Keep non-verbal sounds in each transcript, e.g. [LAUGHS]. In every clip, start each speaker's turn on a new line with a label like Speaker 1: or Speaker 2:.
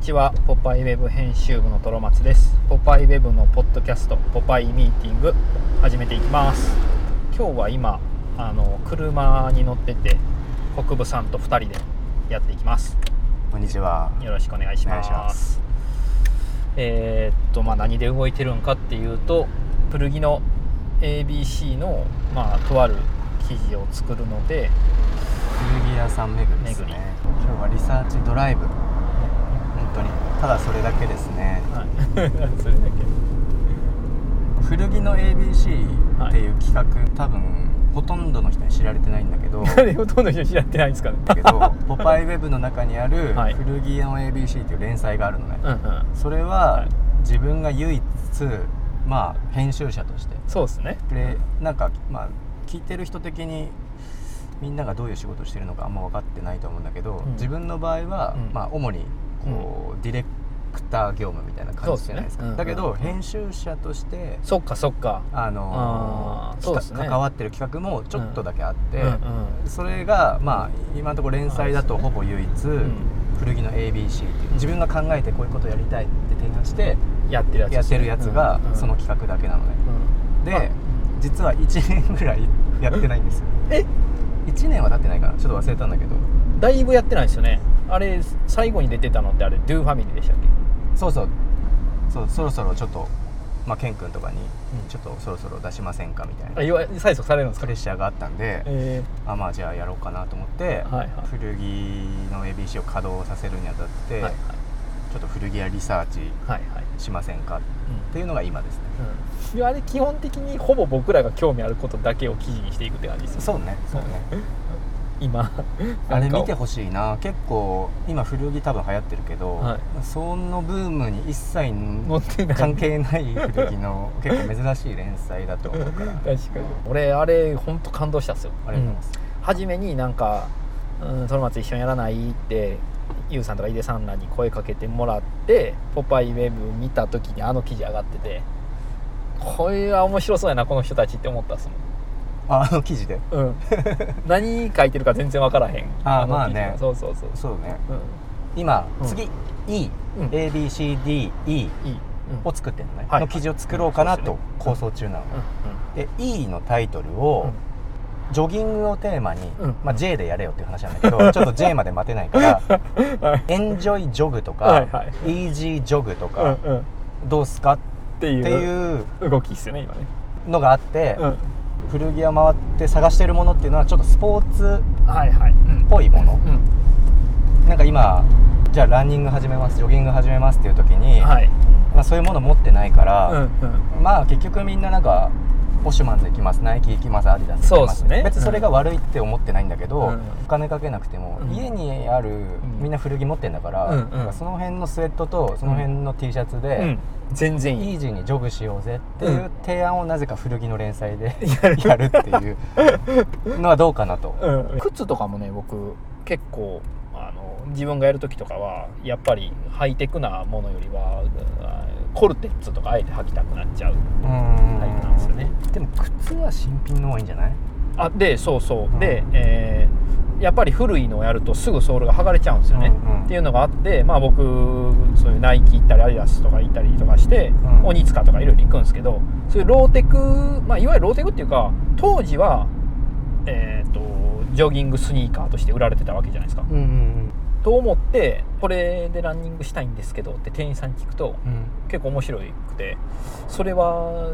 Speaker 1: ちはポパイウェブ編集部のトロマツですポパイウェブのポッドキャストポパイミーティング始めていきます今日は今あの車に乗ってて国部さんと2人でやっていきます
Speaker 2: こんにちは。
Speaker 1: よろしくお願いします
Speaker 2: お願いします
Speaker 1: えーっとまあ何で動いてるんかっていうとプルギの ABC のまあとある記事を作るので
Speaker 2: 古着屋さん巡りですね
Speaker 1: 巡り。
Speaker 2: 今日はリサーチドライブ。本当にただそれだけですね。
Speaker 1: はい [LAUGHS] それだけ
Speaker 2: 古着の ABC
Speaker 1: はい
Speaker 2: っていう企画、多分ほとんどの人に知られてないんだけど。
Speaker 1: 誰ほとんど人知られてないんですかね
Speaker 2: だけ [LAUGHS] ど、ポパイウェブの中にある
Speaker 1: はい
Speaker 2: 古着屋の ABC っていう連載があるのね。
Speaker 1: うんうん
Speaker 2: それ
Speaker 1: は
Speaker 2: はい自分が唯一まあ編集者として
Speaker 1: そうですね
Speaker 2: でなんかまあ聞いてる人的にみんながどういう仕事してるのかあんま分かってないと思うんだけど、
Speaker 1: うん
Speaker 2: 自分の場合は、
Speaker 1: うん
Speaker 2: まあ、主にこう、ディレクター業務みたいな感じじゃないですか
Speaker 1: そうですねうん
Speaker 2: だけど、
Speaker 1: うん
Speaker 2: 編集者として
Speaker 1: そっかそっか
Speaker 2: あの
Speaker 1: あー
Speaker 2: ー
Speaker 1: そうですね
Speaker 2: か関わってる企画もちょっとだけあって、
Speaker 1: うんうん
Speaker 2: それがまあ今のところ連載だとほぼ唯一、
Speaker 1: ん
Speaker 2: 古着の ABC っていう自分が考えてこういうことやりたいって提案して
Speaker 1: やってるやつ
Speaker 2: やってるやつが
Speaker 1: うんうん
Speaker 2: その企画だけなのね。で、
Speaker 1: まあ
Speaker 2: 実は1年ぐらいやってないんですよ
Speaker 1: え
Speaker 2: 1年は経ってないかなちょっと忘れたんだけど
Speaker 1: だいぶやってないですよねあれ最後に出てたのってあれ「Do ファミリー」でしたっけ
Speaker 2: そうそうそうそろそろちょっと、まあ、ケン君とかにちょっとそろそろ出しませんかみたい
Speaker 1: あ
Speaker 2: な
Speaker 1: 言わ催促されるんですか
Speaker 2: プレッシャーがあったんで、
Speaker 1: え
Speaker 2: あまあじゃあやろうかなと思って、
Speaker 1: はいはい
Speaker 2: 古着の ABC を稼働させるにあたって、
Speaker 1: ーはい
Speaker 2: ちょっと古着屋リサーチ
Speaker 1: はいはいはい
Speaker 2: しませんかっていうのが今ですね
Speaker 1: うんであれ基本的にほぼ僕らが興味あることだけを記事にしていくって感じですよ
Speaker 2: そうねそうね
Speaker 1: 今
Speaker 2: あれ見て
Speaker 1: ほ
Speaker 2: ほしいな結構今古着多分流行ってるけど、
Speaker 1: はい
Speaker 2: そのブームに一切
Speaker 1: 乗ってない
Speaker 2: 関係ない古着
Speaker 1: [LAUGHS]
Speaker 2: の結構珍しい連載だと思うから
Speaker 1: 確かに俺あれ本当感動したんですよ
Speaker 2: ありがとうございます、
Speaker 1: 初めになんか「うん、トロマツ一緒にやらない?」ってゆうさんとか井出さんらに声かけてもらって「ポパイウェブ」見た時にあの記事上がっててこれは面白そうやなこの人たちって思ったっす
Speaker 2: ああの記事で
Speaker 1: もん、
Speaker 2: [LAUGHS]
Speaker 1: うん、何書いてるか全然分からへん
Speaker 2: あー
Speaker 1: の
Speaker 2: まあね
Speaker 1: 記事はそうそうそう
Speaker 2: そうね
Speaker 1: う
Speaker 2: 今、
Speaker 1: うん
Speaker 2: 次 E、
Speaker 1: うん
Speaker 2: ABCDE
Speaker 1: んいい、うん
Speaker 2: を作ってるのね、
Speaker 1: はい
Speaker 2: の記事を作ろうかな
Speaker 1: そう
Speaker 2: と構想中なの、
Speaker 1: う
Speaker 2: で E のタイトル
Speaker 1: んうん
Speaker 2: を、ジョギングをテーマに、
Speaker 1: うん
Speaker 2: まあ、J でやれよっていう話なんだけ
Speaker 1: [LAUGHS]
Speaker 2: どちょっと J まで待てないから
Speaker 1: はい
Speaker 2: エンジョイジョグとか、
Speaker 1: はいはい
Speaker 2: イージージョグと
Speaker 1: うん
Speaker 2: か、
Speaker 1: うんっ
Speaker 2: どうすかって
Speaker 1: いう
Speaker 2: ていう
Speaker 1: 動きっすよね今ね、
Speaker 2: のがあって、
Speaker 1: うん、
Speaker 2: 古着屋回って探してるものっていうのはちょっとスポーツ
Speaker 1: はいはい、うん
Speaker 2: っぽいもの、
Speaker 1: うん
Speaker 2: なんか今じゃあランニング始めますジョギング始めますっていう時に、
Speaker 1: はい、
Speaker 2: まあ、そういうもの持ってないか
Speaker 1: うんう
Speaker 2: ら、
Speaker 1: ん、
Speaker 2: まあ結局みんななんかオシュマンズ行きますナイキ行きますアディダス行きます
Speaker 1: そうっすね
Speaker 2: 別にそれが悪いって思ってないんだけど、
Speaker 1: うん
Speaker 2: お金かけなくても、
Speaker 1: うん
Speaker 2: 家にある
Speaker 1: ん
Speaker 2: みんな古着持ってんだから、
Speaker 1: うんうん
Speaker 2: なんかその辺のスウェットとその辺の T シャツ
Speaker 1: う
Speaker 2: で
Speaker 1: ん、、全然いい
Speaker 2: イージーにジョグしようぜっていううん提案をなぜか古着の連載で
Speaker 1: や
Speaker 2: [LAUGHS] やるっていうのはどうかなと。
Speaker 1: 靴とかもね僕結構あの自分がやる時とかはやっぱりハイテクなものよりはあコルテッツとかあえて履きたくなっちゃうタイプなんですよね
Speaker 2: でも靴は新品の方がいいんじゃない
Speaker 1: あでそうそう、
Speaker 2: うん
Speaker 1: で、えーやっぱり古いのをやるとすぐソールが剥がれちゃうんですよね、
Speaker 2: うんうん
Speaker 1: っていうのがあってまあ僕そういうナイキ行ったりアディダスとか行ったりとかして、
Speaker 2: うん
Speaker 1: 鬼塚とかいろいろ行くんですけどそういうローテク、まあ、いわゆるローテクっていうか当時はえっ、とジョギングスニーカーとして売られてたわけじゃないですか、
Speaker 2: うんうん
Speaker 1: と思ってこれでランニングしたいんですけどって店員さんに聞くと
Speaker 2: うん
Speaker 1: 結構面白くてそれは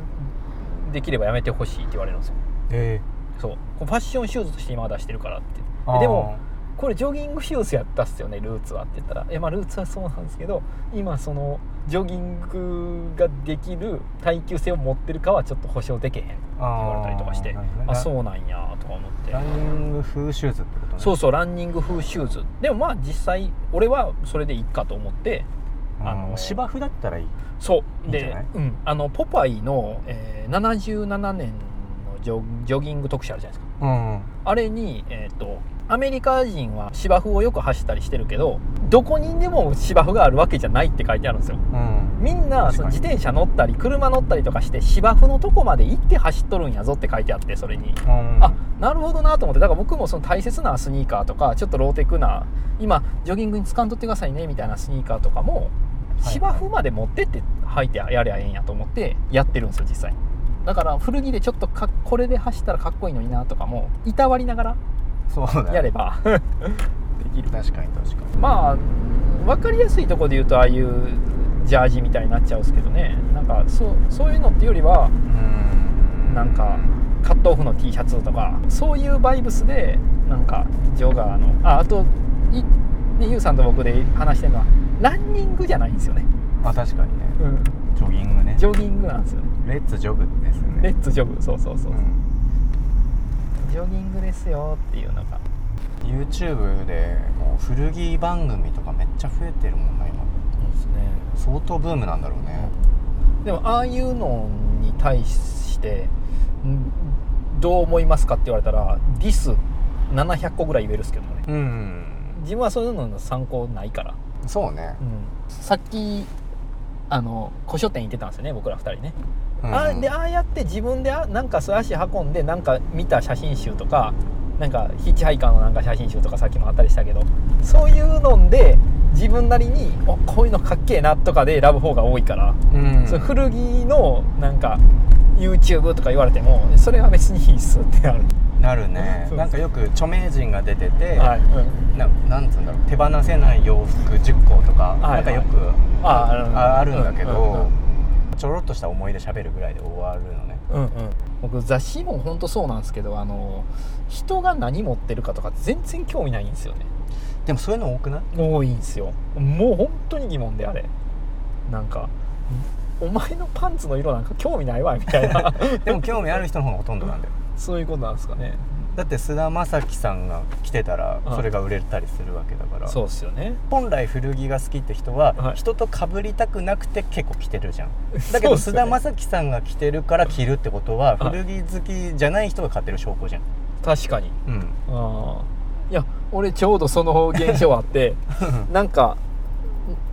Speaker 1: できればやめてほしいって言われるんですよ
Speaker 2: え
Speaker 1: そうこうファッションシューズとして今は出してるからって
Speaker 2: ー
Speaker 1: でもこれジョギングシューズやったっすよねルーツはって言ったら「えまあルーツはそうなんですけど今そのジョギングができる耐久性を持ってるかはちょっと保証できへん」って言われたりとかして
Speaker 2: あーなるほど
Speaker 1: 「
Speaker 2: ね
Speaker 1: あそうなんや」とか思って
Speaker 2: ランニング風シューズってことね
Speaker 1: そうそうランニング風シューズでもまあ実際俺はそれでいいかと思って
Speaker 2: うん
Speaker 1: あの
Speaker 2: 芝生だったらいい
Speaker 1: そ
Speaker 2: いい
Speaker 1: うん
Speaker 2: じゃ
Speaker 1: で
Speaker 2: ない
Speaker 1: うん、あのポパイの、えー77年のジョジョギング特集あるじゃないですか
Speaker 2: うん
Speaker 1: あれに、えっとアメリカ人は芝生をよく走ったりしてるけどどこにでも芝生があるわけじゃないって書いてあるんですよ
Speaker 2: うん
Speaker 1: みんな
Speaker 2: 確
Speaker 1: その
Speaker 2: か
Speaker 1: 自
Speaker 2: に
Speaker 1: 転車乗ったり車乗ったりとかして芝生のとこまで行って走っとるんやぞって書いてあってそれに
Speaker 2: うん
Speaker 1: あなるほどなと思ってだから僕もその大切なスニーカーとかちょっとローテクな今ジョギングに使んとってくださいねみたいなスニーカーとかも
Speaker 2: はい
Speaker 1: 芝生まで持ってって履いてやりゃええんやと思ってやってるんですよ実際だから古着でちょっとかこれで走ったらかっこいいのになとかもいたわりなが
Speaker 2: そうだ
Speaker 1: ら
Speaker 2: ね
Speaker 1: やればできる
Speaker 2: 確かに確かに
Speaker 1: まあ分かりやすいとこで言うとああいうジャージみたいになっちゃうんですけどねなんかそうそういうのっていうよりは
Speaker 2: うん
Speaker 1: なんかカットオフの T シャツとかそういうバイブスでなんかジョガーのああとい、ね、ゆうさんと僕で話してるのはランニングじゃないんですよね、
Speaker 2: まあ確かにねジョギングね
Speaker 1: ジョギングなんですよね
Speaker 2: レッツジョグですよね
Speaker 1: レッツジョグそうそうそう、
Speaker 2: うん
Speaker 1: ジョギングですよっていうのが
Speaker 2: YouTube でもう古着番組とかめっちゃ増えてるもんな今
Speaker 1: そうですね
Speaker 2: 相当ブームなんだろうね
Speaker 1: でもああいうのに対してんどう思いますかって言われたらディス700個ぐらい言えるんですけどね
Speaker 2: うん
Speaker 1: 自分はそういうのの参考ないから
Speaker 2: そうね
Speaker 1: さっきあの古書店行ってたんですよね僕ら2人ね、
Speaker 2: うん
Speaker 1: あでああやって自分であなんか素足運んでなんか見た写真集とかなんかヒッチハイカーのなんか写真集とかさっきもあったりしたけどそういうので自分なりにおこういうのかっけえなとかで選ぶ方が多いから、
Speaker 2: うん
Speaker 1: その古着のなんか YouTube とか言われてもそれは別にいいっすってなる、
Speaker 2: なるね
Speaker 1: そう
Speaker 2: なんかよく著名人が出てて、
Speaker 1: はい、うん
Speaker 2: ななんつうんだろう手放せない洋服10個とか、
Speaker 1: はい
Speaker 2: なんかよく
Speaker 1: あある
Speaker 2: ああるんだけど、
Speaker 1: うんうんうん
Speaker 2: ちょろっとした思い出喋るぐらいで終わるのね
Speaker 1: うんうん、僕雑誌も本当そうなんですけどあの人が何持ってるかとか全然興味ないんですよね
Speaker 2: でもそういうの多
Speaker 1: [LAUGHS]
Speaker 2: くない
Speaker 1: 多いんですよもう本当に疑問であれなんか「お前のパンツの色なんか興味ないわ」みたい [LAUGHS] な
Speaker 2: でも興味ある人の方がほとんどなんだよ
Speaker 1: そういうことなんですかね
Speaker 2: だって菅田将暉さんが来てたら
Speaker 1: はい
Speaker 2: それが売れたりするわけだから、
Speaker 1: そうっすよね
Speaker 2: 本来古着が好きって人は、
Speaker 1: はい
Speaker 2: 人と被りたくなくて結構着てるじゃんだけ
Speaker 1: そう
Speaker 2: ど
Speaker 1: っすよ
Speaker 2: 菅
Speaker 1: ね
Speaker 2: 田将暉さんが着てるから着るってことは
Speaker 1: はい
Speaker 2: 古着好きじゃない人が買ってる証拠じゃん、
Speaker 1: 確かに
Speaker 2: うん、
Speaker 1: あーいや俺ちょうどその現象あってなんか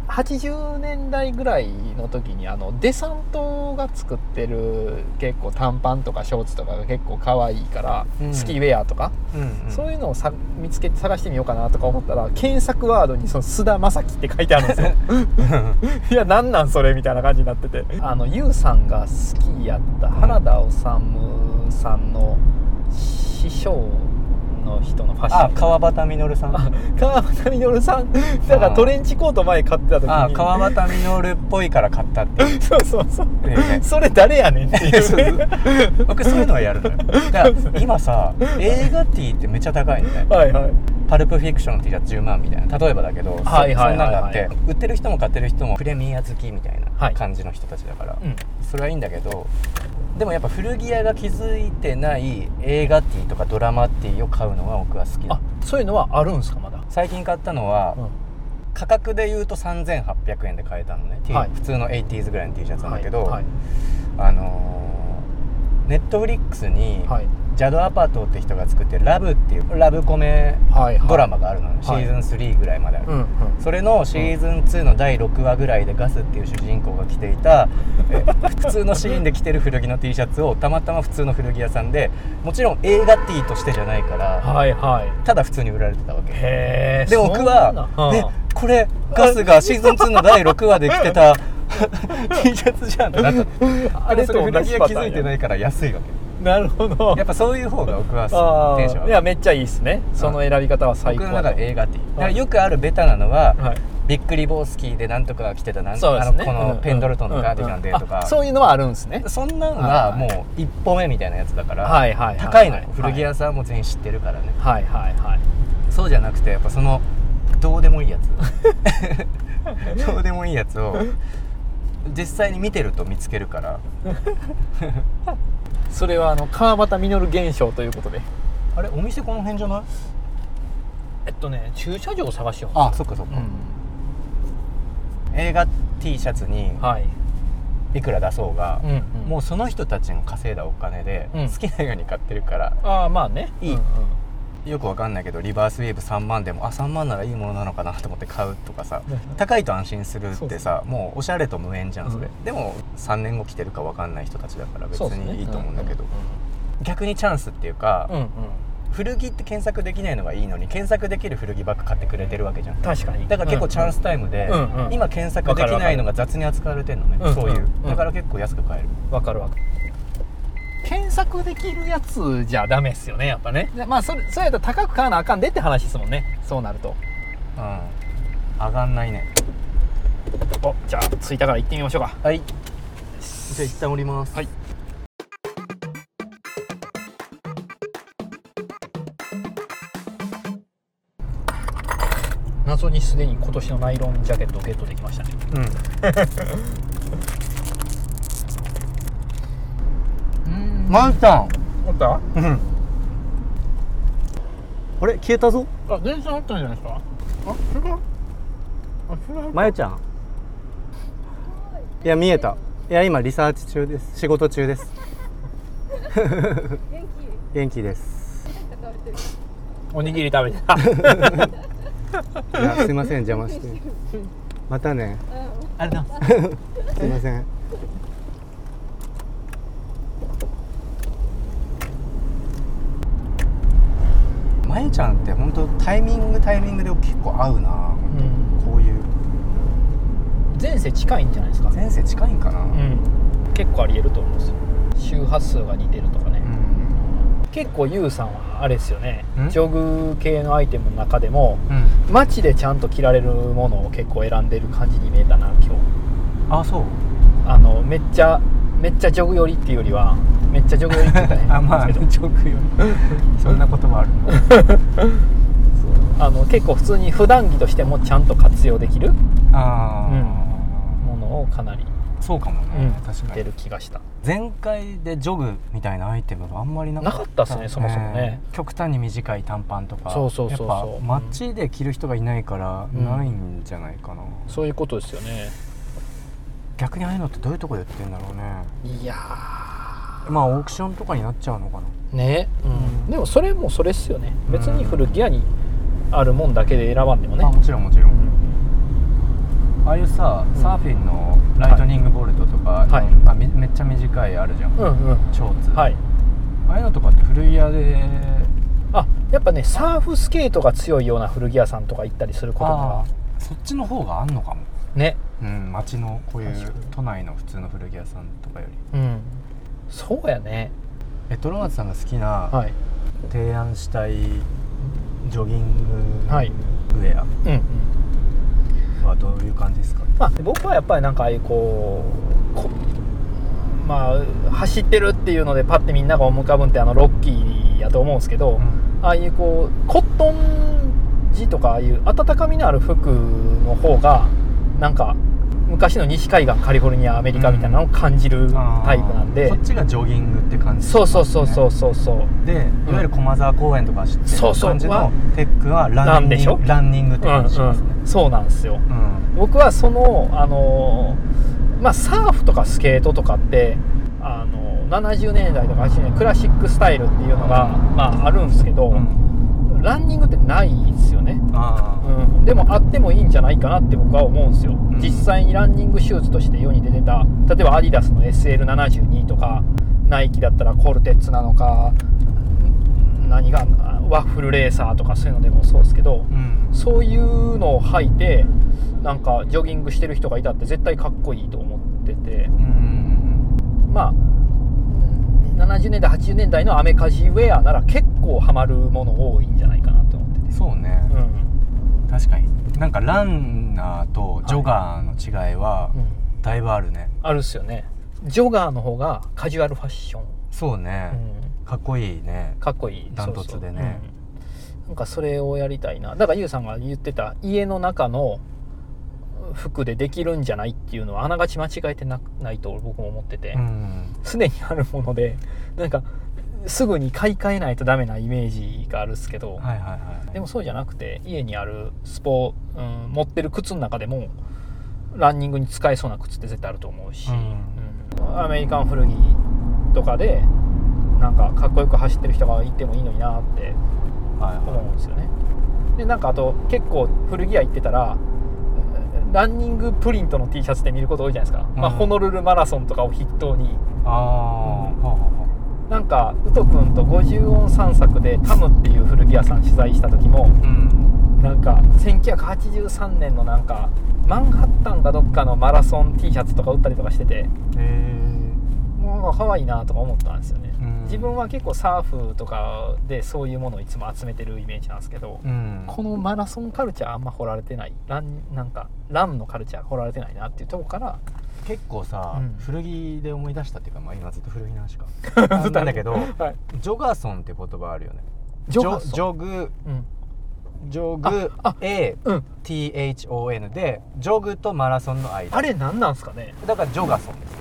Speaker 1: 80年代ぐらいの時にあのデサントが作ってる結構短パンとかショーツとかが結構可愛いから、
Speaker 2: うん
Speaker 1: スキーウェアとか、
Speaker 2: うんうん
Speaker 1: そういうのをさ見つけて探してみようかなとか思ったら検索ワードにその須田将暉って書いてあるんですよ
Speaker 2: [LAUGHS]
Speaker 1: いや何なんそれみたいな感じになっててあの YOU さんが好きやった原田治さんの師匠の人のファッション
Speaker 2: [LAUGHS] あ川端稔さん
Speaker 1: あ川端稔さんだからトレンチコート前買ってた時に
Speaker 2: あ川端稔っぽいから買ったっ
Speaker 1: [LAUGHS]
Speaker 2: ていう
Speaker 1: そうそうそう
Speaker 2: ね
Speaker 1: それ誰やねんってい
Speaker 2: [LAUGHS] そうう
Speaker 1: ね
Speaker 2: 僕そういうのはやるのよだから今さ映画ティーってめっちゃ高いのね
Speaker 1: はいはい
Speaker 2: パルプフィクションの T シャツ10万みたいな例えばだけどそ
Speaker 1: はいはいはいはい
Speaker 2: そんなのがあって売ってる人も買ってる人もプレミア好きみたい
Speaker 1: はい
Speaker 2: な感じの人たちだから、
Speaker 1: うん
Speaker 2: それはいいんだけどでもやっぱ古着屋が気づいてない映画ティーとかドラマティーを買うのは僕は好き
Speaker 1: あ
Speaker 2: だ
Speaker 1: そういうのはあるんすかまだ、
Speaker 2: 最近買ったのは、
Speaker 1: うん
Speaker 2: 価格で言うと3800円で買えたのね、T-
Speaker 1: はい
Speaker 2: 普通の 80s ぐらいの T シャツなんだけど、
Speaker 1: はい
Speaker 2: あのネットフリックスに、
Speaker 1: はい
Speaker 2: ジャド・アパトーって人が作ってる「ラブ」っていうラブコメ
Speaker 1: はいはい
Speaker 2: ドラマがあるのね、シ
Speaker 1: はい
Speaker 2: ーズン3ぐらいまである、
Speaker 1: うんうん
Speaker 2: それのシーズン2の第6話ぐらいでガスっていう主人公が着ていた、え普通のシーンで着てる古着の T シャツをたまたま普通の古着屋さんでもちろん映画 T としてじゃないから
Speaker 1: はいはい
Speaker 2: ただ普通に売られてたわけ
Speaker 1: へえ
Speaker 2: で僕は「えこれガスがシーズン2の第6話で着てた [LAUGHS] T シャツじゃん」ってなった
Speaker 1: あれと同
Speaker 2: でもそ
Speaker 1: じ
Speaker 2: れ
Speaker 1: パタ
Speaker 2: 古着
Speaker 1: ーン
Speaker 2: 屋気づいてないから安いわけ
Speaker 1: なるほど
Speaker 2: やっぱそういう方が僕は
Speaker 1: あ
Speaker 2: テンショ
Speaker 1: ーい
Speaker 2: ン上が
Speaker 1: や
Speaker 2: る
Speaker 1: めっちゃいいっすねその選び方は最
Speaker 2: 僕
Speaker 1: 高
Speaker 2: の中で映画 T だから
Speaker 1: はい
Speaker 2: よくあるベタなのは、
Speaker 1: はい
Speaker 2: ビックリボースキーでなんとかが着てたなん
Speaker 1: そうで
Speaker 2: あ
Speaker 1: す
Speaker 2: の
Speaker 1: ね
Speaker 2: こ
Speaker 1: うん
Speaker 2: のペンドルトンのガーディガンでと
Speaker 1: うんうんあ
Speaker 2: か、
Speaker 1: そういうのはあるんですね
Speaker 2: そんなの
Speaker 1: は
Speaker 2: が
Speaker 1: い
Speaker 2: もう一歩目みたいなやつだから、
Speaker 1: はいはいはい
Speaker 2: 高いのよ、
Speaker 1: はい
Speaker 2: 古着屋さんも全員知ってるからね、
Speaker 1: はいはいはい
Speaker 2: そうじゃなくてやっぱそのどうでもいいや [LAUGHS] つどうでもいいやつを実際に見てると見つけるから
Speaker 1: それはあの川端稔現象ということで
Speaker 2: あれお店この辺じゃない
Speaker 1: えっとね駐車場を探しよう
Speaker 2: あそっかそっ
Speaker 1: う
Speaker 2: か、
Speaker 1: ん
Speaker 2: 映画 T シャツに
Speaker 1: はい
Speaker 2: いくら出そうが、
Speaker 1: ん
Speaker 2: もうその人たちの稼いだお金で
Speaker 1: うん
Speaker 2: 好きなように買ってるから、
Speaker 1: ああまあね
Speaker 2: いい
Speaker 1: うんうん
Speaker 2: よくわかんないけどリバースウェーブ3万でもあ3万ならいいものなのかなと思って買うとか [LAUGHS] さ
Speaker 1: ね
Speaker 2: 高いと安心する
Speaker 1: そ
Speaker 2: っ
Speaker 1: うそ
Speaker 2: て
Speaker 1: う
Speaker 2: さもうおしゃれと無縁じゃんそれ、
Speaker 1: う
Speaker 2: でも3年後来てるかわかんない人たちだから別
Speaker 1: そうですね
Speaker 2: にいいと思うんだけど、
Speaker 1: う
Speaker 2: 逆にチャンスっていうか、
Speaker 1: うんうん
Speaker 2: 古着って検索できないのがいいのに検索できる古着ばっか買ってくれてるわけじゃん
Speaker 1: 確かに
Speaker 2: だから結構チャンスタイムで、
Speaker 1: うんうん
Speaker 2: 今検索できないのが雑に扱われてるのね、
Speaker 1: うんうん
Speaker 2: そういう、
Speaker 1: うん
Speaker 2: だから結構安く買える
Speaker 1: わかるわかる検索できるやつじゃダメっすよねやっぱねでまあそれそうやったら高く買わなあかんでって話ですもんねそうなると
Speaker 2: うん上がんないね
Speaker 1: おじゃあ着いたから行ってみましょうか
Speaker 2: はいじゃあ一旦降ります
Speaker 1: はい謎にすでに今年のナイロンジャケットをゲットできましたね
Speaker 2: うん
Speaker 1: うん
Speaker 2: ンちゃん
Speaker 1: あった
Speaker 2: うんあれ消えたぞ
Speaker 1: あ電車あったんじゃないですかあ違うあ違う
Speaker 2: まゆちゃんいや見えたいや今リサーチ中です仕事中です
Speaker 3: 元気
Speaker 2: 元気です
Speaker 3: 倒れてる
Speaker 1: おにぎり食 [LAUGHS] べてた
Speaker 2: いやすいません邪
Speaker 3: [LAUGHS]
Speaker 2: 魔してまたね
Speaker 3: う
Speaker 1: あれな
Speaker 2: すいませんまゆちゃんって本当タイミングタイミングで結構合うな本当こういう
Speaker 1: 前世近いんじゃないですか
Speaker 2: 前世近いんかな、
Speaker 1: うん結構ありえると思うんですよ周波数が似てるとかね、
Speaker 2: ん
Speaker 1: 結構 YOU さんはあれですよね
Speaker 2: ん
Speaker 1: ジョグ系のアイテムの中でも
Speaker 2: うん
Speaker 1: 街でちゃんと着られるものを結構選んでる感じに見えたな今日
Speaker 2: あそう
Speaker 1: あのめっちゃめっちゃジョグ寄りっていうよりはめっちゃジョグ寄りって言った
Speaker 2: [LAUGHS]
Speaker 1: ら変なんですけど
Speaker 2: 直よそんな言葉ある [LAUGHS]
Speaker 1: あの結構普通に普段着としてもちゃんと活用できる
Speaker 2: なああ、
Speaker 1: ものをかなり
Speaker 2: そうかもね、確か
Speaker 1: 出
Speaker 2: に
Speaker 1: る気がした
Speaker 2: 前回でジョグみたいなアイテムがあんまりなかった
Speaker 1: なかったっすねそもそもね
Speaker 2: 極端に短い短パンとか
Speaker 1: そうそうそうそう
Speaker 2: やっぱ街で着る人がいないから
Speaker 1: うん
Speaker 2: ないんじゃないかな、
Speaker 1: そういうことですよね
Speaker 2: 逆にああいうのってどういうとこで売ってんだろうね
Speaker 1: いやー
Speaker 2: まあオークションとかになっちゃうのかな
Speaker 1: ね、
Speaker 2: うん
Speaker 1: でもそれもそれっすよね
Speaker 2: うん
Speaker 1: 別に古着屋にあるもんだけで選ばんでもね、
Speaker 2: あもちろんもちろん、ああいうさ
Speaker 1: うん
Speaker 2: サーフィンのライトニングボルトとか、
Speaker 1: はい
Speaker 2: あめめっちゃ短いあるじゃん、
Speaker 1: うん、うんうん
Speaker 2: ショーツ、
Speaker 1: はい
Speaker 2: ああいうのとかって古い屋で
Speaker 1: あやっぱねサーフスケートが強いような古着屋さんとか行ったりすること
Speaker 2: あ
Speaker 1: が
Speaker 2: ーそっちの方があんのかも
Speaker 1: ね
Speaker 2: うん街のこうい
Speaker 1: 確
Speaker 2: う
Speaker 1: かに
Speaker 2: 都内の普通の古着屋さんとかより
Speaker 1: うんそうやね
Speaker 2: えトロマツさんが好きな
Speaker 1: はい
Speaker 2: 提案したいジョギング
Speaker 1: はい
Speaker 2: ウェ
Speaker 1: うん、うん
Speaker 2: アはどういう感じですか
Speaker 1: まあ、僕はやっぱりなんかああいうこうこまあ走ってるっていうのでパッてみんなが思い浮かぶんってあのロッキーやと思うんですけど、
Speaker 2: うん
Speaker 1: ああいうこうコットン地とかああいう温かみのある服の方がなんか昔の西海岸カリフォルニアアメリカみたいなのを感じるタイプなんで、
Speaker 2: あーそっちがジョギングって感じ
Speaker 1: そうそうそうそううそうそう
Speaker 2: でいわゆる駒沢公園とか走って
Speaker 1: そう
Speaker 2: る
Speaker 1: そう
Speaker 2: 感じ
Speaker 1: は
Speaker 2: のテックはラ
Speaker 1: なん
Speaker 2: ンニ
Speaker 1: で
Speaker 2: ン
Speaker 1: しょ
Speaker 2: グランニングって
Speaker 1: う
Speaker 2: 感じし
Speaker 1: ん
Speaker 2: ますね
Speaker 1: うんそうなんですよ
Speaker 2: うん
Speaker 1: 僕はそのあのまあサーフとかスケートとかってあの70年代とか80年代クラシックスタイルっていうのが、まあ、あるんですけど、
Speaker 2: うん
Speaker 1: ランニングってないですよね
Speaker 2: あー
Speaker 1: うん、でもあってもいいんじゃないかなって僕は思うんですよ、
Speaker 2: ん
Speaker 1: 実際にランニングシューズとして世に出てた例えばアディダスの SL72 とかナイキだったらコルテッツなのかん何があワッフルレーサーとかそういうのでもそうですけど
Speaker 2: うん
Speaker 1: そういうのを履いてなんかジョギングしてる人がいたって絶対かっこいいと思ってて
Speaker 2: うん
Speaker 1: まあうん70年代80年代のアメカジウェアなら結構ハマるもの多いんじゃないかなと思ってて、
Speaker 2: そうね、
Speaker 1: うん
Speaker 2: 確かになんかランナーとジョガーの違いは
Speaker 1: うん、
Speaker 2: だいぶあるね、
Speaker 1: あるっすよねジョガーの方がカジュアルファッション、
Speaker 2: そうね、かっこいいね
Speaker 1: かっこいい
Speaker 2: ダントツでね
Speaker 1: そうそううんなんかそれをやりたいなだからユウさんが言ってた家の中の服でできるんじゃないっていうのはあながち間違えてなくないと僕も思ってて
Speaker 2: うん
Speaker 1: すで、にあるものでなんかすぐに買い替えないとダメなイメージがあるっすけど、
Speaker 2: はいはいはい
Speaker 1: でもそうじゃなくて家にあるスポ、うん、持ってる靴の中でもランニングに使えそうな靴って絶対あると思うし、
Speaker 2: う
Speaker 1: うんアメリカン古着とかでなんかかっこよく走ってる人がいてもいいのになって
Speaker 2: はい
Speaker 1: 思うんですよねでなんかあと結構古着屋行ってたらランニングプリントの T シャツって見ること多いじゃないですか、まあ、
Speaker 2: うん
Speaker 1: ホノルルマラソンとかを筆頭に
Speaker 2: あ
Speaker 1: う
Speaker 2: あ、
Speaker 1: ん
Speaker 2: はあは
Speaker 1: なんかウト君と50音散策でタムっていう古着屋さん取材した時も
Speaker 2: あうん
Speaker 1: なんか1983年のなんかマンハッタンかどっかのマラソン T シャツとか売ったりとかしてて
Speaker 2: え
Speaker 1: もうなんか可愛いなとか思ったんですよね、
Speaker 2: うん
Speaker 1: 自分は結構サーフとかでそういうものをいつも集めてるイメージなんですけど、
Speaker 2: ー、うん
Speaker 1: このマラソンカルチャーあんま掘られてないランなんかランのカルチャー掘られてないなっていうとこから
Speaker 2: 結構さ、
Speaker 1: うん
Speaker 2: 古着で思い出したっていうか、まあ、今ずっと古着の
Speaker 1: [LAUGHS]
Speaker 2: 話かなんだけど
Speaker 1: はい
Speaker 2: ジョガーソンって言葉あるよね
Speaker 1: ジョガソン
Speaker 2: ジョグ
Speaker 1: うん
Speaker 2: ジョグ
Speaker 1: ああうん、
Speaker 2: ATHON でジョグとマラソンの間
Speaker 1: あれ何なんすかね
Speaker 2: だからジョガソンですよ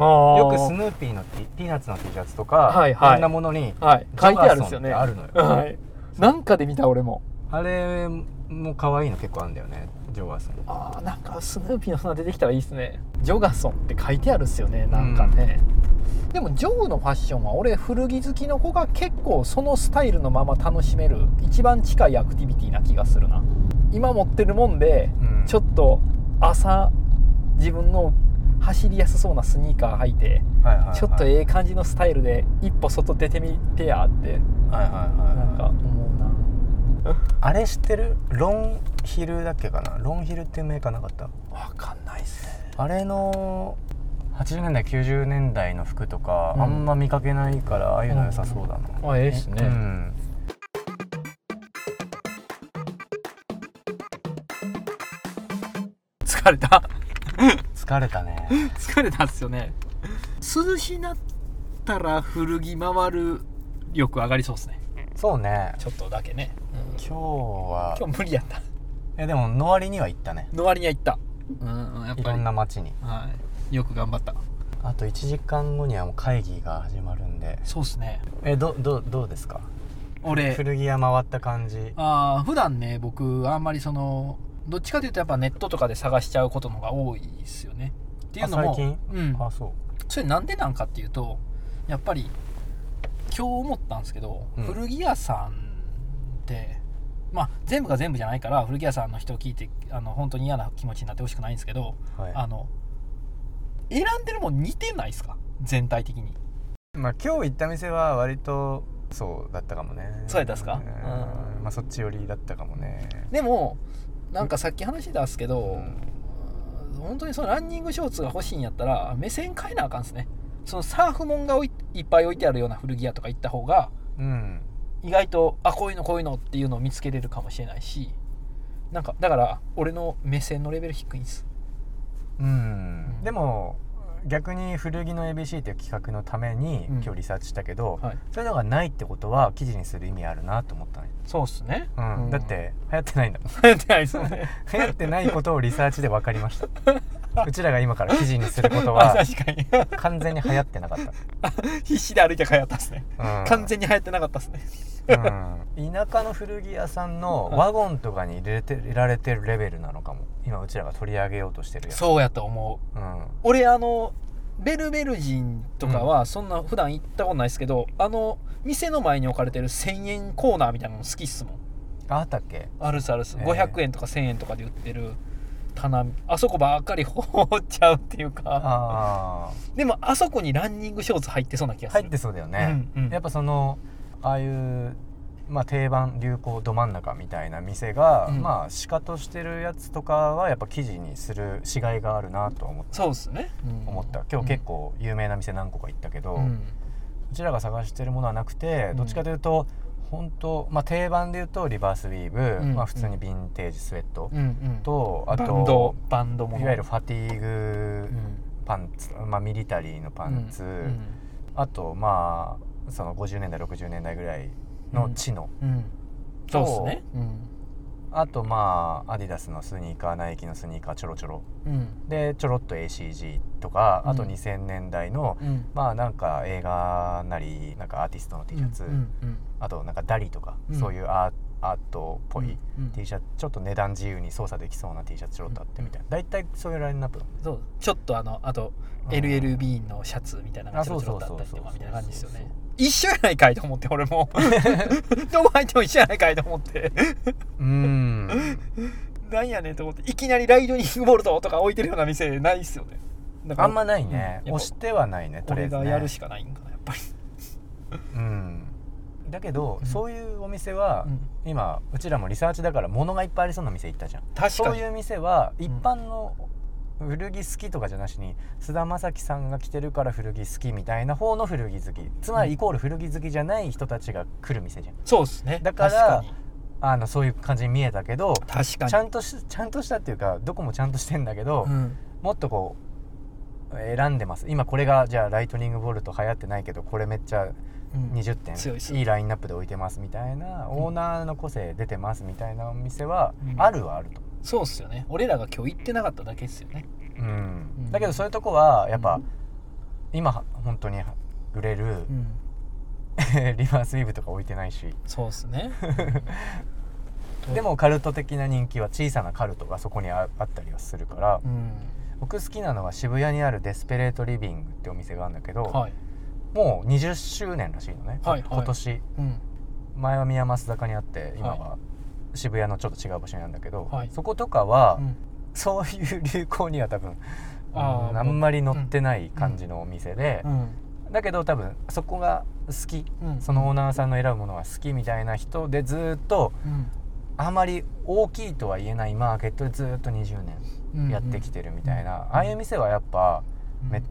Speaker 1: よ
Speaker 2: よくスヌーピーの T ピーナッツの T シャツとか、
Speaker 1: はいはい
Speaker 2: いろんなものに
Speaker 1: はい
Speaker 2: ジ
Speaker 1: 書
Speaker 2: ョ
Speaker 1: いてあ
Speaker 2: ガ
Speaker 1: るん
Speaker 2: ソン
Speaker 1: で
Speaker 2: っ
Speaker 1: すよ
Speaker 2: て
Speaker 1: ね
Speaker 2: あるのよ
Speaker 1: はいなんかで見た俺も
Speaker 2: あれも可愛いの結構あるんだよねジョガソン
Speaker 1: あーなんかスヌーピーの花出てきたらいいですねジョガソンって書いてあるっすよねなんかね、でもジョーのファッションは俺古着好きの子が結構そのスタイルのまま楽しめる一番近いアクティビティな気がするな今持ってるもんで
Speaker 2: うん
Speaker 1: ちょっと朝自分の走りやすそうなスニーカー履いて
Speaker 2: はいはいはい
Speaker 1: ちょっとええ感じのスタイルで一歩外出てみてやって
Speaker 2: はいはいはい
Speaker 1: なんか思うな
Speaker 2: あれ知ってるロンヒルだっけかなロンヒルっていうメーカーなかった
Speaker 1: わかんないっすね
Speaker 2: あれの80年代90年代の服とか、
Speaker 1: うん
Speaker 2: あんま見かけないからああいうの良さそうだな、
Speaker 1: あええっ
Speaker 2: です
Speaker 1: ね
Speaker 2: うん、
Speaker 1: 疲れた
Speaker 2: 疲れた [LAUGHS] ね
Speaker 1: 疲れたんですよね涼しなったら古着回る力上がりそうですね
Speaker 2: そうね
Speaker 1: ちょっとだけね、
Speaker 2: 今日は
Speaker 1: 今日無理やった
Speaker 2: えでものわりには行ったね
Speaker 1: の割には行ったうんやっ
Speaker 2: い
Speaker 1: ぱ
Speaker 2: ろ
Speaker 1: り
Speaker 2: んな街に
Speaker 1: はいよく頑張った
Speaker 2: あと1時間後にはもう会議が始まるんで
Speaker 1: そうっすね
Speaker 2: えどどどうですか
Speaker 1: 俺
Speaker 2: 古着屋回った感じ
Speaker 1: ああ普段ね僕あんまりそのどっちかというとやっぱネットとかで探しちゃうことのが多いですよねっていうのも
Speaker 2: あ最近
Speaker 1: うん、
Speaker 2: あそう
Speaker 1: それなんでなんかっていうとやっぱり今日思ったんですけど、
Speaker 2: うん
Speaker 1: 古着屋さんってまあ全部が全部じゃないから古着屋さんの人を聞いてあの本当に嫌な気持ちになってほしくないんですけど、
Speaker 2: はい
Speaker 1: あの選んでるもん似てないですか全体的に
Speaker 2: まあ今日行った店は割とそうだったかもね
Speaker 1: そうやったっすか
Speaker 2: んまあそっち寄りだったかもね
Speaker 1: でもなんかさっき話してたんですけど、
Speaker 2: うん
Speaker 1: 本当にそのランニングショーツが欲しいんやったら目線変えなあかんですねそのサーフモンがおいいっぱい置いてあるような古着屋とか行った方が
Speaker 2: うん
Speaker 1: 意外とあこういうのこういうのっていうのを見つけれるかもしれないしなんかだから俺の目線のレベル低いんです
Speaker 2: うん
Speaker 1: うん
Speaker 2: でも逆に古着の ABC っていう企画のために
Speaker 1: うん
Speaker 2: 今日リサーチしたけど、
Speaker 1: はい
Speaker 2: そういうのがないってことは記事にする意味あるなと思ったね、
Speaker 1: そうっすね
Speaker 2: うん
Speaker 1: [LAUGHS]
Speaker 2: だって流行ってないんだ [LAUGHS] もん
Speaker 1: 流行ってないっすよね
Speaker 2: 流行ってないことをリサーチで分かりましたうちらが今から記事にすること
Speaker 1: [LAUGHS] あ
Speaker 2: は
Speaker 1: 確かに
Speaker 2: 完全に流行ってなかっ
Speaker 1: 必死で歩いて帰ったっすね
Speaker 2: た、うん
Speaker 1: 完全に流行ってなかったっすね
Speaker 2: うん、田舎の古着屋さんのワゴンとかに入れて入れられてるレベルなのかも今うちらが取り上げようとしてるやつ
Speaker 1: そうやと思う
Speaker 2: う、ん、
Speaker 1: 俺あのベルベル人とかはそんな普段行ったことないですけど、あの店の前に置かれてる1000円コーナーみたいなのも好きっすもん
Speaker 2: ああったっけ
Speaker 1: あるっすあるっす
Speaker 2: ええ
Speaker 1: 500円とか1000円とかで売ってる棚あそこばっかり放っちゃうっていうか
Speaker 2: ああ
Speaker 1: でもあそこにランニングショーツ入ってそうな気がする
Speaker 2: 入ってそうだよね、
Speaker 1: うんうん
Speaker 2: やっぱそのああいう、まあ、定番流行ど真ん中みたいな店が、
Speaker 1: うん
Speaker 2: まあシカとしてるやつとかはやっぱ記事にするしがいがあるなと思っ
Speaker 1: そうっすね、うん
Speaker 2: 思った今日結構有名な店何個か行ったけど、
Speaker 1: うんうん
Speaker 2: うちらが探してるものはなくて
Speaker 1: うん
Speaker 2: どっちかというと、本当まあ定番で言うとリバースウィーブ、
Speaker 1: うん
Speaker 2: まあ、普通にヴィンテージスウェット
Speaker 1: うんうん
Speaker 2: と、あ
Speaker 1: バンド
Speaker 2: と
Speaker 1: バンドもの
Speaker 2: いわゆるファティーグ
Speaker 1: うん
Speaker 2: パンツ、まあ、ミリタリーのパンツ、
Speaker 1: うん
Speaker 2: あとまあその50年代60年代ぐらいのチノ、
Speaker 1: うんうんそうっすねうん
Speaker 2: あとまあアディダスのスニーカーナイキのスニーカーちょろちょろ
Speaker 1: うん
Speaker 2: でちょろっと ACG とかあと
Speaker 1: うん
Speaker 2: 2000年代の、
Speaker 1: うん
Speaker 2: まあなんか映画なりなんかアーティストの T シャツ、
Speaker 1: うんうん
Speaker 2: あとなんかダリとか、
Speaker 1: うん
Speaker 2: そういうアーアートっぽい
Speaker 1: うんうん
Speaker 2: T シャツ、ちょっと値段自由に操作できそうな T シャツちょろっとあってみたいな大体そういうラインナップだもんね
Speaker 1: そうちょっとあのあと
Speaker 2: うん
Speaker 1: LLB のシャツみたいなのが
Speaker 2: あ
Speaker 1: ちょろちょろっとあったりとか
Speaker 2: そうそうそうそう
Speaker 1: みたいな感じですよね一緒やないかいと思って俺
Speaker 2: [LAUGHS]
Speaker 1: もどこ入っても一緒やないかいと思って
Speaker 2: うーん
Speaker 1: なんやねんと思っていきなりライドニングボルトとか置いてるような店ないっすよねだから
Speaker 2: あんまないね、
Speaker 1: うん
Speaker 2: 押してはないねとりあ
Speaker 1: 俺
Speaker 2: えず、ね、
Speaker 1: がやるしかないんかなやっぱり、
Speaker 2: うんだけど、
Speaker 1: うん
Speaker 2: そういうお店は、今うちらもリサーチだから物がいっぱいありそうな店行ったじゃん
Speaker 1: 確か
Speaker 2: そう
Speaker 1: に
Speaker 2: いう店は
Speaker 1: ん
Speaker 2: 一般の古着好きとかじゃなしに菅田将暉さんが着てるから古着好きみたいな方の古着好きつまりイコール古着好きじゃない人たちが来る店じゃん
Speaker 1: そうですね
Speaker 2: だから
Speaker 1: 確かに
Speaker 2: あのそういう感じに見えたけど
Speaker 1: 確かに
Speaker 2: ちゃんとしちゃんとしたっていうかどこもちゃんとしてんだけど、
Speaker 1: うん
Speaker 2: もっとこう選んでます今これがじゃあライトニングボルト流行ってないけどこれめっちゃ
Speaker 1: うん
Speaker 2: 20点、
Speaker 1: 強いっす
Speaker 2: いいラインナップで置いてますみたいな、
Speaker 1: うん
Speaker 2: オーナーの個性出てますみたいなお店は、
Speaker 1: うん
Speaker 2: あるはあると、
Speaker 1: そうっすよね俺らが今日行ってなかっただけっすよね
Speaker 2: うん
Speaker 1: うん
Speaker 2: だけどそういうとこはやっぱ、
Speaker 1: うん
Speaker 2: 今は本当に売れる、
Speaker 1: うん
Speaker 2: [LAUGHS] リバースウィーブとか置いてないし
Speaker 1: そうっすねうん
Speaker 2: [LAUGHS] でもカルト的な人気は小さなカルトがそこにああったりはするから、
Speaker 1: うん
Speaker 2: 僕好きなのは渋谷にあるデスペレートリビングってお店があるんだけど、
Speaker 1: はい
Speaker 2: もう20周年らしいのね、
Speaker 1: はいはい
Speaker 2: 今年
Speaker 1: うん
Speaker 2: 前は宮益坂にあって今
Speaker 1: は
Speaker 2: は渋谷のちょっと違う場所にあるんだけど、
Speaker 1: はい
Speaker 2: そことかは、
Speaker 1: うん
Speaker 2: そういう流行には多分
Speaker 1: あー
Speaker 2: うんあんまり乗ってない感じのお店で、だけど多分そこが好き
Speaker 1: うんうん
Speaker 2: そのオーナーさんの選ぶものが好きみたいな人でずーっと
Speaker 1: うん
Speaker 2: あまり大きいとは言えないマーケットでずーっと20
Speaker 1: うん
Speaker 2: 年やってきてるみたいな、
Speaker 1: うん
Speaker 2: ああいう店はやっぱ
Speaker 1: うん
Speaker 2: めっ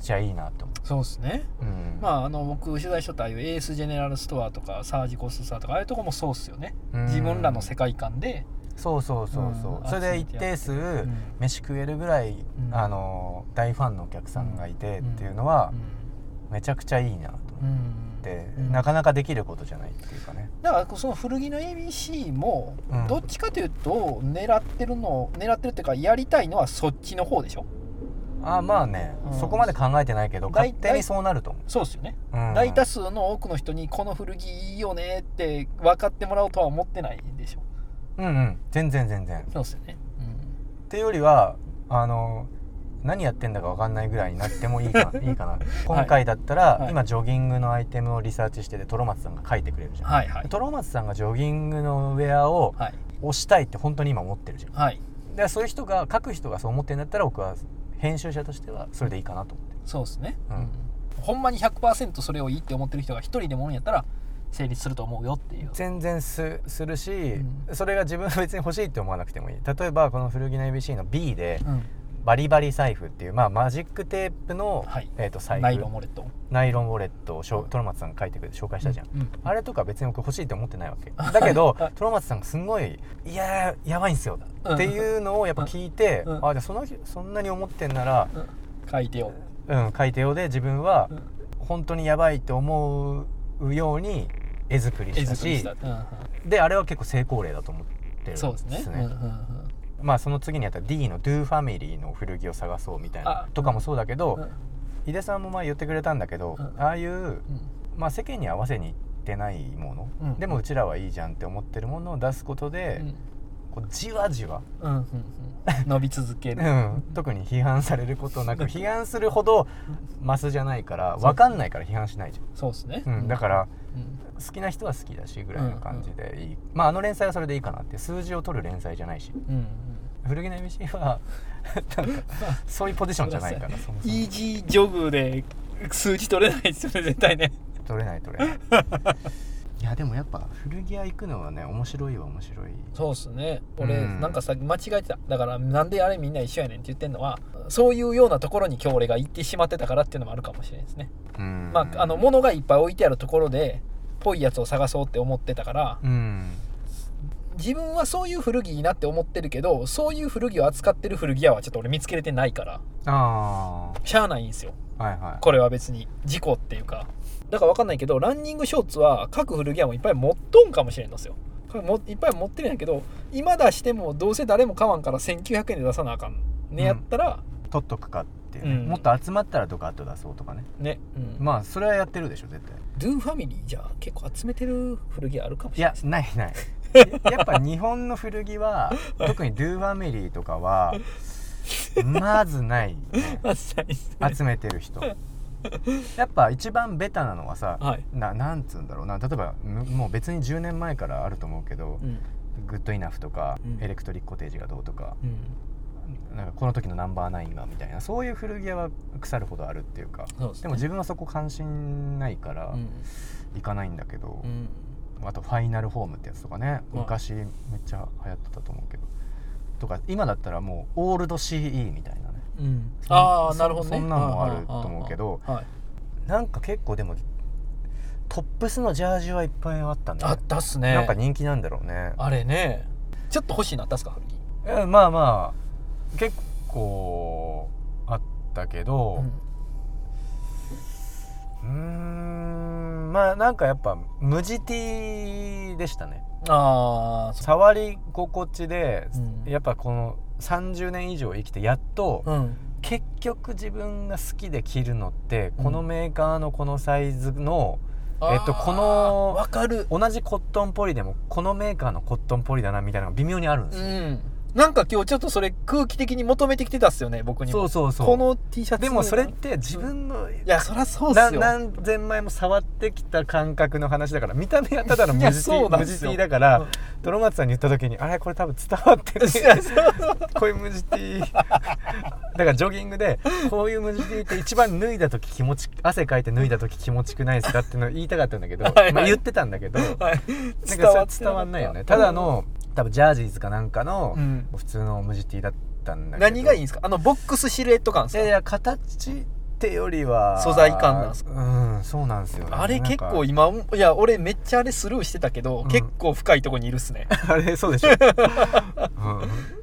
Speaker 2: ちゃいいなと思
Speaker 1: そうっすね
Speaker 2: う、うん
Speaker 1: まああの僕取材しとったああいうエースジェネラルストアとかサージコスターとかああいうとこもそうっすよね
Speaker 2: うん
Speaker 1: 自分らの世界観で
Speaker 2: そうそうそうそう、
Speaker 1: うん
Speaker 2: それで一定数、
Speaker 1: うん
Speaker 2: 飯食えるぐらい、
Speaker 1: ん
Speaker 2: あの大ファンのお客さんがいてっていうのは、めちゃくちゃいいなと思
Speaker 1: うん
Speaker 2: って、
Speaker 1: うん
Speaker 2: なかなかできることじゃないっていうかね
Speaker 1: だからその古着の ABC も
Speaker 2: うん
Speaker 1: どっちかというと狙ってるの狙ってるっていうかやりたいのはそっちの方でしょ
Speaker 2: あまあね、
Speaker 1: うん
Speaker 2: そこまで考えてないけど
Speaker 1: 大
Speaker 2: 勝手にそうなると思
Speaker 1: そうっすよね
Speaker 2: う、うん
Speaker 1: 大多数の多くの人にこの古着いいよねって分かってもらおうとは思ってないでしょ
Speaker 2: うんうん全然全然
Speaker 1: そうっすよね、
Speaker 2: っていうよりはあの何やってんだかわかんないぐらいになってもい
Speaker 1: [LAUGHS]
Speaker 2: いかいいかな今回だったら、
Speaker 1: はい
Speaker 2: 今ジョギングのアイテムをリサーチしててトロマツさんが書いてくれるじゃん、
Speaker 1: はいはい
Speaker 2: トロマツさんがジョギングのウェアを
Speaker 1: はい
Speaker 2: 押したいって本当に今思ってるじゃん
Speaker 1: はい
Speaker 2: だからそういう人が書く人がそう思ってんだったら僕は編集者としてはそれでいいかなと思って
Speaker 1: そうっすね、
Speaker 2: うん
Speaker 1: ほんまに100%それをいいって思ってる人が一人でもおるんやったら成立すると思うよっていう
Speaker 2: 全然すするし、
Speaker 1: う
Speaker 2: それが自分は別に欲しいって思わなくてもいい例えばこの古着の ABC の B で
Speaker 1: うん
Speaker 2: バリバリ財布っていう、まあ、マジックテープの、
Speaker 1: はい
Speaker 2: えー、と財布
Speaker 1: ナイロンモレット
Speaker 2: ナイロンウォレットをしょトロマツさんが書いてくれて紹介したじゃん、
Speaker 1: うんうん
Speaker 2: あれとか別に僕欲しいって思ってないわけだけ
Speaker 1: [LAUGHS]
Speaker 2: ど
Speaker 1: はい
Speaker 2: トロマツさんがすんごい「いやーやばいんすよ」
Speaker 1: うん
Speaker 2: っていうのをやっぱ聞いて、
Speaker 1: うん
Speaker 2: あじゃあその日そんなに思ってんなら、
Speaker 1: 書いてよ
Speaker 2: うん、書いてようで自分は
Speaker 1: うん
Speaker 2: 本当にやばいと思うように絵作りし
Speaker 1: 絵
Speaker 2: た
Speaker 1: 作
Speaker 2: し
Speaker 1: りしたって、うんうん
Speaker 2: であれは結構成功例だと思ってるんです
Speaker 1: そう
Speaker 2: ね
Speaker 1: ですねうんうんうん
Speaker 2: まあその次にやった D の「Do ファミリー」の古着を探そうみたい
Speaker 1: あ
Speaker 2: なとかもそうだけど、
Speaker 1: うん
Speaker 2: 井出さんも前言ってくれたんだけど、
Speaker 1: うん
Speaker 2: ああいう、まあ、世間に合わせにいってないもの、
Speaker 1: うん
Speaker 2: でもうちらはいいじゃんって思ってるものを出すことで、こうじわじわ、
Speaker 1: うんうんうんうん伸び続け
Speaker 2: う
Speaker 1: る
Speaker 2: ん、特に批判されること [LAUGHS] なく批判するほどマスじゃないから分かんないから批判しないじ
Speaker 1: そうですね、
Speaker 2: ゃん、うん、だか
Speaker 1: う
Speaker 2: ら
Speaker 1: ん
Speaker 2: 好きな人は好きだしぐらいの感じでいい、まああの連載はそれでいいかなって数字を取る連載じゃないし
Speaker 1: うんうん
Speaker 2: 古着の MC は [LAUGHS] なんかそういうポジションじゃないからそもそも
Speaker 1: イージージョグで数字取れないですよね絶対ね
Speaker 2: 取れない取 [LAUGHS] れないいやでもやっぱ古着屋行くのはね面白いは面白い
Speaker 1: そうっすね俺、
Speaker 2: うん
Speaker 1: なんかさっき間違えてただからなんであれみんな一緒やねんって言ってんのはそういうようなところに今日俺が行ってしまってたからっていうのもあるかもしれないですね、
Speaker 2: うん
Speaker 1: まああの物がいっぱい置いてあるところでぽいやつを探そうって思ってたから
Speaker 2: うん
Speaker 1: 自分はそういう古着いいなって思ってるけどそういう古着を扱ってる古着屋はちょっと俺見つけれてないから
Speaker 2: あ
Speaker 1: しゃあないんですよ
Speaker 2: あはいはい
Speaker 1: これは別に事故っていうかだから分かんないけどランニングショーツは各古着屋もいっぱい持っとんかもしれんのですよこれもいっぱい持ってるんやけど今出してもどうせ誰も買わんから1900円で出さなあかんねやったら、
Speaker 2: 取っとくかっていうね、
Speaker 1: うん
Speaker 2: もっと集まったらドカッと出そうとかね
Speaker 1: ね、うん、
Speaker 2: ま
Speaker 1: [LAUGHS]
Speaker 2: あそれはやってるでしょ絶対
Speaker 1: ドゥファミリーじゃ結構集めてる古着屋あるかもし
Speaker 2: い
Speaker 1: れな
Speaker 2: や
Speaker 1: い
Speaker 2: ないないやっぱ日本の古
Speaker 1: [LAUGHS]
Speaker 2: 着は特にドゥーワメリーとかはまずない、ね、
Speaker 1: まずないですね
Speaker 2: 集めてる人やっぱ一番ベタなのはさ、
Speaker 1: はい
Speaker 2: ななんつうんだろうな例えばむもう別に10年前からあると思うけど、
Speaker 1: うん
Speaker 2: グッドイナフとか、
Speaker 1: うん
Speaker 2: エレクトリックコテージがどうとか
Speaker 1: うん
Speaker 2: なんかこの時のナンバーナインがみたいなそういう古着屋は腐るほどあるっていうか
Speaker 1: そうですね
Speaker 2: でも自分はそこ関心ないから
Speaker 1: うん
Speaker 2: 行かないんだけど、
Speaker 1: うん
Speaker 2: あとファイナルホームってやつとかね
Speaker 1: うん
Speaker 2: 昔めっちゃ流行ってたと思うけどとか今だったらもうオールド CE みたいなね
Speaker 1: うん
Speaker 2: そん
Speaker 1: ああなるほどね
Speaker 2: そんなのもあると思うけど
Speaker 1: ああああああはい
Speaker 2: なんか結構でもトップスのジャージはいっぱいあったね
Speaker 1: あったっすね
Speaker 2: なんか人気なんだろうね
Speaker 1: あれねちょっと欲しいなったっすか古着
Speaker 2: えまあまあ結構あったけど、うーんまあなんかやっぱ無地 T でしたね
Speaker 1: ああそ
Speaker 2: 触り心地で、
Speaker 1: うん
Speaker 2: やっぱこの30年以上生きてやっと、
Speaker 1: ううん
Speaker 2: 結局自分が好きで着るのって、このメーカーのこのサイズのえっ
Speaker 1: あ
Speaker 2: と
Speaker 1: ー
Speaker 2: この
Speaker 1: わかる
Speaker 2: 同じコットンポリでもこのメーカーのコットンポリだなみたいなのが微妙にあるんで
Speaker 1: う
Speaker 2: すよ、
Speaker 1: んなんか今日ちょっとそれ空気的に求めてきてたっすよね僕に
Speaker 2: そ
Speaker 1: も
Speaker 2: うそうそう
Speaker 1: この T シャツ
Speaker 2: でもそれって自分の、
Speaker 1: いやそりゃそうっ [LAUGHS]
Speaker 2: な
Speaker 1: すよ
Speaker 2: 何千枚も触ってきた感覚の話だから見た目はただの
Speaker 1: いや
Speaker 2: 無地 T
Speaker 1: そうなん
Speaker 2: 無
Speaker 1: で
Speaker 2: 地
Speaker 1: すよ
Speaker 2: T だから、
Speaker 1: うん
Speaker 2: トロマツさんに言った時にあれこれ多分伝わってる
Speaker 1: いやそう
Speaker 2: こういう無地 T だからジョギングでこういう無地 T って一番脱いだ時気持ち汗かいて脱いだ時気持ちくないですかっていうのを言いたかったんだけど、
Speaker 1: はいはい
Speaker 2: まあ、言ってたんだけどなんか
Speaker 1: はい
Speaker 2: それ
Speaker 1: って
Speaker 2: 伝
Speaker 1: か
Speaker 2: わ
Speaker 1: った
Speaker 2: んないよねただの多分ジャージーズかなんかの
Speaker 1: うん
Speaker 2: 普通の無地 T だったんだけど
Speaker 1: 何がいいんですかあのボックスシルエット感です
Speaker 2: い
Speaker 1: か
Speaker 2: やいや形ってよりは
Speaker 1: 素材感なんです
Speaker 2: うんそうなんですよね、
Speaker 1: あれ結構
Speaker 2: なんか
Speaker 1: 今いや俺めっちゃあれスルーしてたけど、
Speaker 2: うん
Speaker 1: 結構深いとこにいるっすね
Speaker 2: あれそう
Speaker 1: [LAUGHS]
Speaker 2: でしょ、うん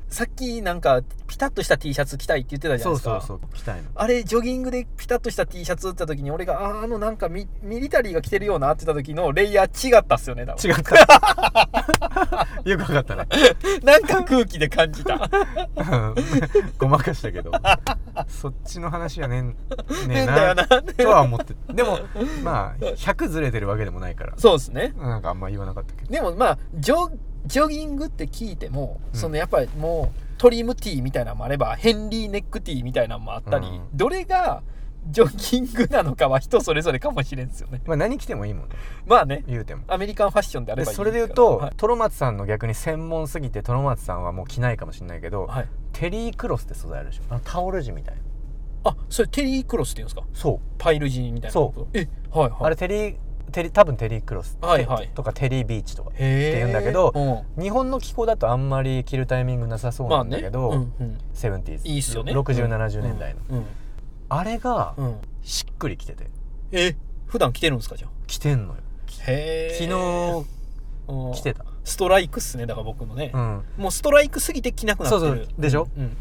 Speaker 1: さっきなんかピタッとした T シャツ着たいって言ってたじゃ
Speaker 2: そ
Speaker 1: ないうですか
Speaker 2: そうそう着たいの
Speaker 1: あれジョギングでピタッとした T シャツ打った時に俺があーあのなんかミミリタリーが着てるようなって言った時のレイヤー違ったっすよね多分
Speaker 2: 違った [LAUGHS] よくわかったね
Speaker 1: なんか空気で感じた
Speaker 2: うん [LAUGHS] ごまかしたけどそっちの話やねんね
Speaker 1: ね
Speaker 2: え
Speaker 1: んだよ
Speaker 2: な
Speaker 1: な
Speaker 2: とは思って
Speaker 1: [LAUGHS]
Speaker 2: でもまあ100ずれてるわけでもないから
Speaker 1: [LAUGHS] そうですね
Speaker 2: なんかあんま言わなかったけど
Speaker 1: でもまあジョジョギングって聞いても、
Speaker 2: うん
Speaker 1: そのやっぱりもうトリムティーみたいなのもあればヘンリーネックティーみたいなのもあったり、
Speaker 2: うん
Speaker 1: どれがジョギングなのかは人それぞれかもしれんですよね
Speaker 2: まあ何着てもいいもんね
Speaker 1: まあね
Speaker 2: 言うても
Speaker 1: アメリカンファッションであれ
Speaker 2: で
Speaker 1: ばいい
Speaker 2: それで言うと、
Speaker 1: はい、
Speaker 2: トロマツさんの逆に専門すぎてトロマツさんはもう着ないかもしれないけど、
Speaker 1: はい
Speaker 2: テリークロスって素材あるでしょあのタオル地みたいな
Speaker 1: あそれテリークロスって言うんですか
Speaker 2: そう
Speaker 1: パイルジーみたいな
Speaker 2: そう
Speaker 1: ことえはいはい
Speaker 2: あれテリーテリ多分テリークロス
Speaker 1: はいはい
Speaker 2: とかテリービーチとか
Speaker 1: へ
Speaker 2: って言うんだけど日本の気候だとあんまり着るタイミングなさそう
Speaker 1: ま
Speaker 2: な
Speaker 1: あ
Speaker 2: ん
Speaker 1: ね
Speaker 2: だけど、
Speaker 1: うんうん
Speaker 2: セブンティーズ
Speaker 1: いいっすよね
Speaker 2: 6070年代の、
Speaker 1: うん、
Speaker 2: あれが
Speaker 1: うんうん
Speaker 2: しっくりきてて
Speaker 1: え普段着てるんですかじゃあ
Speaker 2: 着てんのよ
Speaker 1: へ
Speaker 2: 昨
Speaker 1: 昨
Speaker 2: 日着てた、
Speaker 1: ストライクっすねだから僕のね、
Speaker 2: うん、
Speaker 1: もうストライクすぎて着なくなってる
Speaker 2: そうそうでしょ
Speaker 1: うんうん
Speaker 2: っ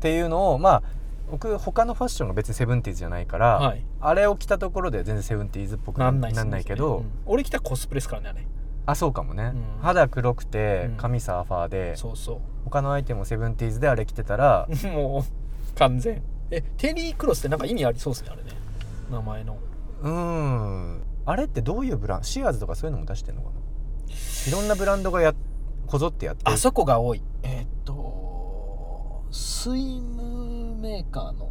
Speaker 2: ていうのをまあ僕他のファッションが別にセブンティーズじゃないから、
Speaker 1: はい
Speaker 2: あれを着たところで全然セブンティーズっぽく
Speaker 1: なんないっすね
Speaker 2: なんないけ
Speaker 1: う
Speaker 2: ど
Speaker 1: ん、俺着たらコスプレっすからねあれ
Speaker 2: あそうかもね、
Speaker 1: うん
Speaker 2: 肌黒くて
Speaker 1: うん
Speaker 2: 髪サーファーで、
Speaker 1: そうそ
Speaker 2: 他のアイテムをセブンティーズであれ着てたら
Speaker 1: う [LAUGHS] もう完全えテリークロスってなんか意味ありそうっすねあれね名前の
Speaker 2: うーんあれってどういうブランドシアーズとかそういうのも出してんのかないろんなブランドがやこぞってやってる
Speaker 1: あそこが多いえーっとスイムメーカーの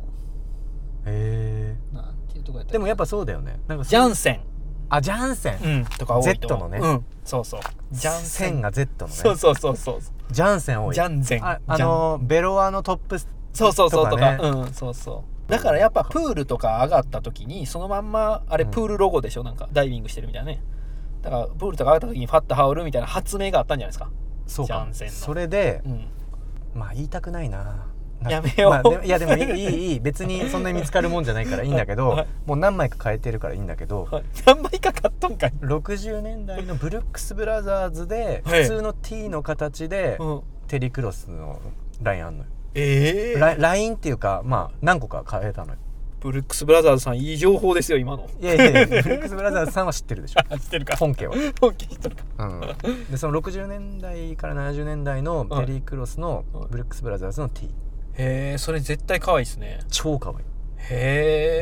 Speaker 2: へ
Speaker 1: なんていうとこやった
Speaker 2: えで
Speaker 1: でも
Speaker 2: もやっぱそうだよねなんかそう
Speaker 1: ジャンセン
Speaker 2: あジャンセン、
Speaker 1: うん、とか多いと思う
Speaker 2: Z のね
Speaker 1: うん、そうそうジャンセン
Speaker 2: が Z のね
Speaker 1: そうそうそうそう
Speaker 2: ジャンセン多い
Speaker 1: ジャンゼン
Speaker 2: あ
Speaker 1: ジャ
Speaker 2: あ
Speaker 1: ン
Speaker 2: のベロアのトップス
Speaker 1: そうそうそうと
Speaker 2: と
Speaker 1: か
Speaker 2: かね
Speaker 1: うんそうそうだからやっぱプールとか上がった時にそのまんまあれ
Speaker 2: うん
Speaker 1: プールロゴでしょなんかダイビングしてるみたいなねだからプールとか上がった時にファットハウルみたいな発明があったんじゃないですか
Speaker 2: そうか
Speaker 1: ジャンセンの
Speaker 2: それで
Speaker 1: うん
Speaker 2: まあ言いたくないなな
Speaker 1: やめよう
Speaker 2: まあでもいやでもいいいいいい別にそんなに見つかるもんじゃないからいいんだけ
Speaker 1: は
Speaker 2: ど
Speaker 1: い
Speaker 2: もう何枚か変えてるからいいんだけど
Speaker 1: はい何枚か買っとんかい
Speaker 2: 60年代のブルックス・ブラザーズで
Speaker 1: はい
Speaker 2: 普通の T の形で
Speaker 1: うん
Speaker 2: テリクロスのラインあんのよ
Speaker 1: ええ
Speaker 2: ラインラインっていうかまあ何個か変えたのよ
Speaker 1: ブルックス・ブラザーズさんいい情報ですよ今の
Speaker 2: いやいや
Speaker 1: [LAUGHS]
Speaker 2: いやブルックス・ブラザーズさんは知ってるでしょ
Speaker 1: 知ってるか
Speaker 2: [LAUGHS] 本家は
Speaker 1: 本気知ってるか
Speaker 2: うん、でその60年代から70年代の
Speaker 1: はい
Speaker 2: テリー・クロスの
Speaker 1: はい
Speaker 2: ブルックス・ブラザーズの T
Speaker 1: へえそれ絶対可愛いっすね
Speaker 2: 超可愛い
Speaker 1: へ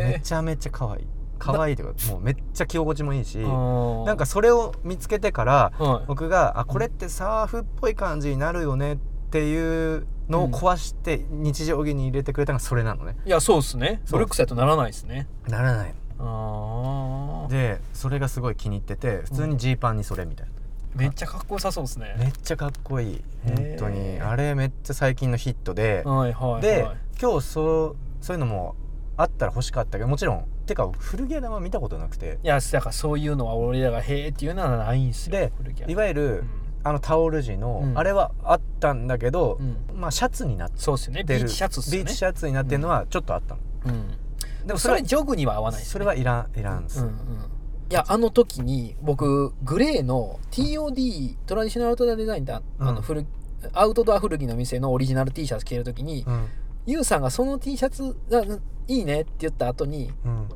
Speaker 2: め
Speaker 1: え
Speaker 2: ちゃめちゃ可愛い可愛いというかもうめっちゃ着心地もいいし
Speaker 1: な
Speaker 2: なんか、それを見つけてから
Speaker 1: はい
Speaker 2: 僕があこれってサーフっぽい感じになるよねっていうのを壊して日常着に入れてくれたのがそれなのね
Speaker 1: いやそうですね
Speaker 2: そ
Speaker 1: ブ
Speaker 2: う
Speaker 1: ルックスやとならないですね
Speaker 2: ならない
Speaker 1: あ
Speaker 2: の
Speaker 1: あ
Speaker 2: でそれがすごい気に入ってて普通にジーパンにそれみたい
Speaker 1: めっちゃかっこよさそうです
Speaker 2: なめ
Speaker 1: ね
Speaker 2: っちゃかっこいい本
Speaker 1: へー
Speaker 2: 当にあれめっちゃ最近のヒットで
Speaker 1: はいはいはい
Speaker 2: で今日そうそういうのもあったら欲しかったけどもちろんてか古着屋玉見たことなくて
Speaker 1: いやだからそういうのは俺らが「へえ」っていうのはないんすよ
Speaker 2: で
Speaker 1: 古着屋
Speaker 2: いわゆる、
Speaker 1: うん
Speaker 2: あのタオル地の、
Speaker 1: うん
Speaker 2: あれはあったんだけど、
Speaker 1: うん
Speaker 2: まあシャツになって
Speaker 1: そうっすよねビ
Speaker 2: る
Speaker 1: ーチシャツっすよね
Speaker 2: ビーチシャツになってるのはちょっとあったの、
Speaker 1: うん
Speaker 2: でも
Speaker 1: それジョグには合わないっすね
Speaker 2: それはいらんいらんっす、
Speaker 1: うんうんいやあの時に僕グレーの TOD トラディショナルアウトドアデザインだ、
Speaker 2: うん
Speaker 1: あの古アウトドア古着の店のオリジナル T シャツ着る時に、
Speaker 2: うん
Speaker 1: ユウさんがその T シャツがうんいいねって言った後に
Speaker 2: うん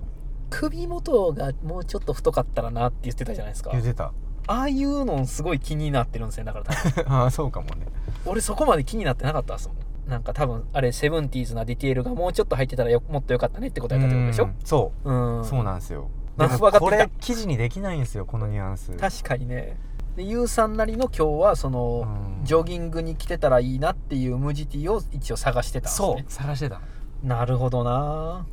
Speaker 1: 首元がもうちょっと太かったらなって言ってたじゃないですか
Speaker 2: 言ってた [LAUGHS]
Speaker 1: ああいうのすごい気になってるんですよだから多分
Speaker 2: ああそうかもね
Speaker 1: 俺そこまで気になってなかったっすもんなんか多分あれセブンティーズなディテールがもうちょっと入ってたらよもっと良かったねって答えたってことでしょ
Speaker 2: うんそ
Speaker 1: うん
Speaker 2: う、そうなんですよ
Speaker 1: な
Speaker 2: で
Speaker 1: 分かってきた
Speaker 2: もこれ記事にできないんですよこのニュアンス
Speaker 1: 確かにねでゆうさんなりの今日はその、
Speaker 2: うん
Speaker 1: ジョギングに来てたらいいなっていう無地 T を一応探してたんです
Speaker 2: そ
Speaker 1: ね
Speaker 2: う探してたの
Speaker 1: なるほどな